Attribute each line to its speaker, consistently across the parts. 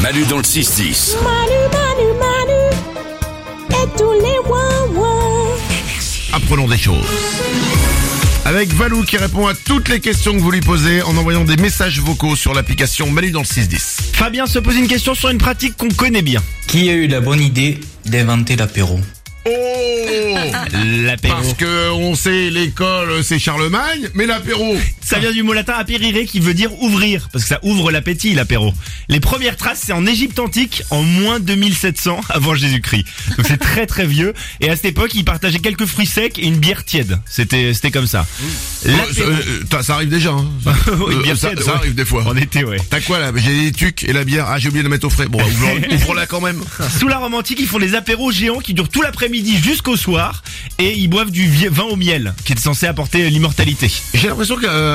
Speaker 1: Manu dans le 6-10.
Speaker 2: Manu, Manu, Manu et tous les ouin-ouin.
Speaker 3: Apprenons des choses. Avec Valou qui répond à toutes les questions que vous lui posez en envoyant des messages vocaux sur l'application Manu dans le 610.
Speaker 4: Fabien se pose une question sur une pratique qu'on connaît bien.
Speaker 5: Qui a eu la bonne idée d'inventer l'apéro
Speaker 3: Oh
Speaker 4: L'apéro.
Speaker 3: Parce que on sait l'école c'est Charlemagne, mais l'apéro.
Speaker 4: Ça vient du mot latin apérire qui veut dire ouvrir, parce que ça ouvre l'appétit, l'apéro. Les premières traces, c'est en Égypte antique, en moins 2700 avant Jésus-Christ. Donc c'est très très vieux. Et à cette époque, ils partageaient quelques fruits secs et une bière tiède. C'était c'était comme ça.
Speaker 3: Oh, ça,
Speaker 4: L'apéro-
Speaker 3: euh, t'as- ça arrive déjà. hein.
Speaker 4: Oui, bien
Speaker 3: ça,
Speaker 4: tiède,
Speaker 3: ça
Speaker 4: ouais.
Speaker 3: arrive des fois.
Speaker 4: En été, ouais.
Speaker 3: T'as quoi là J'ai les tucs et la bière. Ah j'ai oublié de la mettre au frais. Bon, ouvrons- ouvrons-la quand même.
Speaker 4: Sous la romantique, ils font des apéros géants qui durent tout l'après-midi jusqu'au soir et ils boivent du vie- vin au miel qui est censé apporter l'immortalité.
Speaker 3: J'ai l'impression qu'à euh,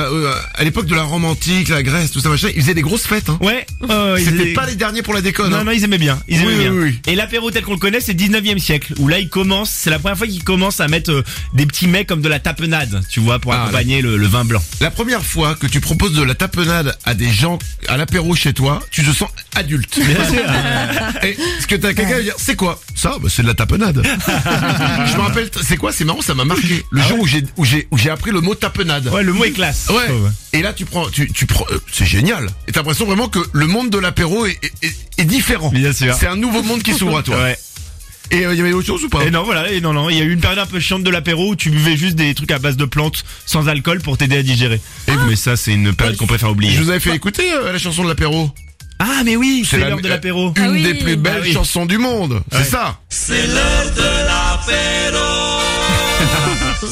Speaker 3: à l'époque de la Rome antique, la Grèce, tout ça machin, ils faisaient des grosses fêtes. Hein.
Speaker 4: Ouais, euh, ils
Speaker 3: C'était
Speaker 4: étaient-
Speaker 3: pas les derniers pour la déconne.
Speaker 4: Non,
Speaker 3: hein.
Speaker 4: non, ils aimaient bien. Ils aimaient
Speaker 3: Oui,
Speaker 4: bien.
Speaker 3: oui, oui.
Speaker 4: Et l'apéro tel qu'on le connaît, c'est 19e siècle, où là, ils commencent, c'est la première fois qu'ils commencent à mettre euh, des petits mets comme de la tapenade, tu vois, pour
Speaker 3: Ah,
Speaker 4: accompagner le, le vin blanc.
Speaker 3: La première fois que tu proposes de la tapenade à des gens à l'apéro chez toi, tu te sens adulte. Et ce que t'as quelqu'un à dire, c'est quoi Ça, bah, c'est de la tapenade. Je me rappelle, c'est quoi C'est marrant, ça m'a
Speaker 4: Ah
Speaker 3: marqué. Le jour où j'ai où j'ai où j'ai appris le mot tapenade.
Speaker 4: Ouais, le mot est classe. Oh,
Speaker 3: Ouais.
Speaker 4: je trouve.
Speaker 3: Et là, tu prends, tu, tu prends, euh, c'est génial. Et t'as l'impression vraiment que le monde de l'apéro est, est- est- est différent.
Speaker 4: Bien sûr.
Speaker 3: C'est un nouveau monde qui s'ouvre à toi.
Speaker 4: Ouais.
Speaker 3: Et euh, il y avait autre chose ou pas
Speaker 4: Et non, voilà, et non, non, il y a eu une période un peu chiante de l'apéro où tu buvais juste des trucs à base de plantes sans alcool pour t'aider à digérer. Et mais ça, c'est une période qu'on préfère oublier.
Speaker 3: Je vous avais fait écouter euh, la chanson de l'apéro.
Speaker 4: Ah, mais oui, c'est
Speaker 3: la-
Speaker 4: l'heure de l'apéro.
Speaker 3: Une
Speaker 6: Ah oui.
Speaker 3: des plus belles
Speaker 4: Ah oui.
Speaker 3: chansons du monde. C'est ça.
Speaker 7: C'est l'heure de l'apéro.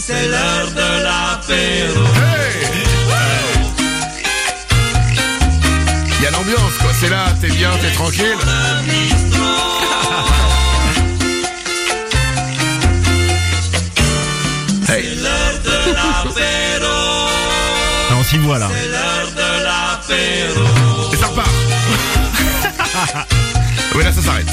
Speaker 7: C'est l'heure de l'apéro.
Speaker 3: Il y a l'ambiance, quoi. C'est là, t'es bien, t'es tranquille.
Speaker 7: Le bistrot. C'est l'heure de l'apéro.
Speaker 4: Ah, on s'y voit là.
Speaker 7: C'est l'heure de l'apéro.
Speaker 3: Et ça repart. ouais, là, ça s'arrête.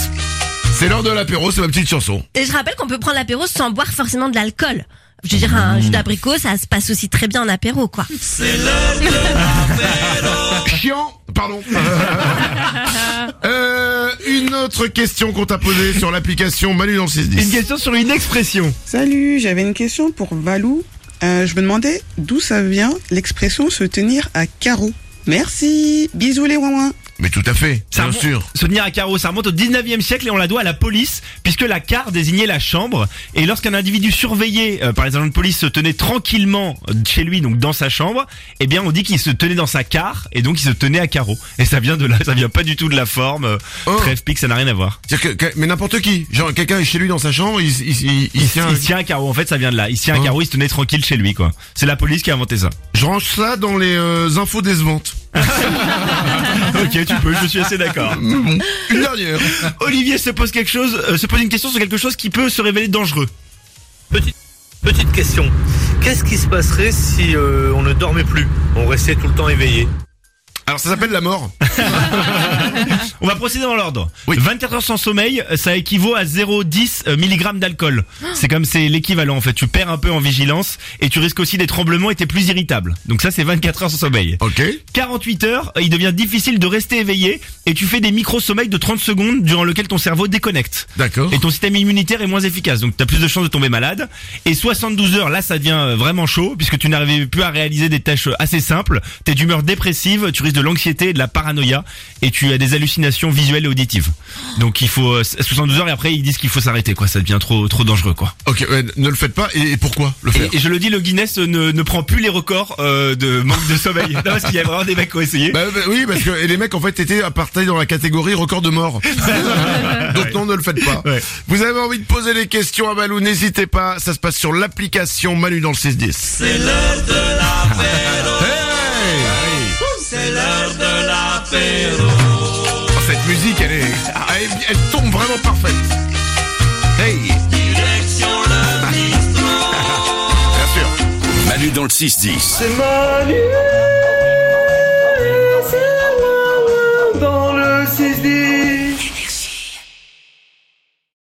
Speaker 3: C'est l'heure de l'apéro, c'est ma petite chanson.
Speaker 6: Et je rappelle qu'on peut prendre l'apéro sans boire forcément de l'alcool. Je veux dire, un jus d'abricot, ça se passe aussi très bien en apéro, quoi.
Speaker 7: C'est l'heure de
Speaker 3: Chiant, pardon. Euh, une autre question qu'on t'a posée sur l'application Manu dans le
Speaker 4: Une
Speaker 3: 610.
Speaker 4: question sur une expression.
Speaker 8: Salut, j'avais une question pour Valou. Euh, je me demandais d'où ça vient l'expression se tenir à carreau. Merci, bisous les ouin
Speaker 3: Mais tout à fait,
Speaker 4: Ça
Speaker 3: bien
Speaker 4: remonte-
Speaker 3: sûr.
Speaker 4: Se tenir à carreau, ça remonte au 19e siècle et on la doit à la police, puisque la carre désignait la chambre. Et lorsqu'un individu surveillé euh, par les agents de police se tenait tranquillement euh, chez lui, donc dans sa chambre, eh bien on dit qu'il se tenait dans sa carre et donc il se tenait à carreau. Et ça vient de là, ça vient pas du tout de la forme. euh,
Speaker 3: Oh.
Speaker 4: Trêve pique, ça n'a rien à voir.
Speaker 3: C'est-à-dire que- que- mais n'importe qui. Genre, quelqu'un est chez lui dans sa chambre, il, il, il- il
Speaker 4: Il,
Speaker 3: tient-
Speaker 4: il se tient à carreau, en fait ça vient de là. Il se tient
Speaker 3: Oh.
Speaker 4: à carreau, il se tenait tranquille chez lui, quoi. C'est la police qui a inventé ça.
Speaker 3: Je range ça dans les euh, infos décevantes.
Speaker 4: ok, tu peux, je suis assez d'accord.
Speaker 3: Une dernière.
Speaker 4: Olivier se pose quelque chose, euh, se pose une question sur quelque chose qui peut se révéler dangereux.
Speaker 9: Petite question. Qu'est-ce qui se passerait si euh, on ne dormait plus On restait tout le temps éveillé
Speaker 3: Alors, ça s'appelle la mort.
Speaker 4: On va procéder dans l'ordre.
Speaker 3: Oui.
Speaker 4: 24 heures sans sommeil, euh, ça équivaut à 0,10 mg d'alcool. C'est comme c'est l'équivalent en fait. Tu perds un peu en vigilance et tu risques aussi des tremblements et t'es plus irritable. Donc ça c'est 24 heures sans sommeil.
Speaker 3: Ok.
Speaker 4: 48 heures, euh, il devient difficile de rester éveillé et tu fais des micro-sommeils de 30 secondes durant lequel ton cerveau déconnecte.
Speaker 3: D'accord.
Speaker 4: Et ton système immunitaire est moins efficace, donc t'as plus de chances de tomber malade. Et 72 heures, là, ça devient euh, vraiment chaud, puisque tu n'arrives plus à réaliser des tâches euh, assez simples. T'es d'humeur dépressive, tu risques de l'anxiété et de la paranoïa, et tu as des hallucinations visuelles et auditives. Donc il faut euh, 72 heures, et après ils disent qu'il faut s'arrêter, quoi. Ça devient trop, trop dangereux, quoi.
Speaker 3: Ok, ouais, ne le faites pas. Et, et pourquoi le faire
Speaker 4: Et, et je le dis, le Guinness euh, ne, ne prend plus les records euh, de manque de sommeil. Non, parce qu'il y a vraiment des mecs qui ont essayé.
Speaker 3: Bah, bah, oui, parce que et les mecs en fait étaient à partager dans la catégorie record de mort. Donc non, ne le faites pas.
Speaker 4: Ouais.
Speaker 3: Vous avez envie de poser des questions à Malou, n'hésitez pas. Ça se passe sur l'application Manu dans le 610.
Speaker 7: C'est l'heure de l'apéro.
Speaker 3: Hey
Speaker 7: C'est l'heure de l'apéro.
Speaker 3: Oh, cette musique, elle est, elle, est- elle tombe vraiment parfaite. Hey, bien
Speaker 7: Direction le bistrot.
Speaker 3: sûr.
Speaker 1: Manu dans le 6-10.
Speaker 7: Manu